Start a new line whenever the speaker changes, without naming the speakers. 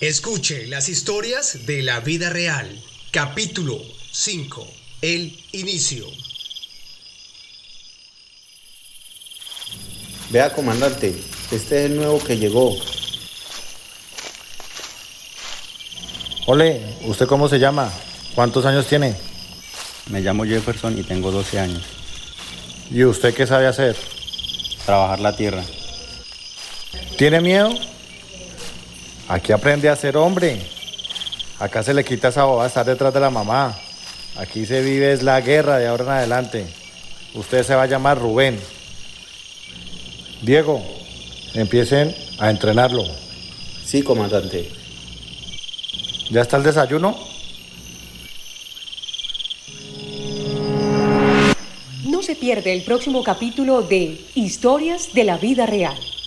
Escuche las historias de la vida real. Capítulo 5. El inicio.
Vea, comandante, este es el nuevo que llegó.
Ole, ¿usted cómo se llama? ¿Cuántos años tiene?
Me llamo Jefferson y tengo 12 años.
¿Y usted qué sabe hacer?
Trabajar la tierra.
¿Tiene miedo? Aquí aprende a ser hombre. Acá se le quita esa boba de estar detrás de la mamá. Aquí se vive es la guerra de ahora en adelante. Usted se va a llamar Rubén. Diego, empiecen a entrenarlo.
Sí, comandante.
¿Ya está el desayuno?
No se pierde el próximo capítulo de Historias de la Vida Real.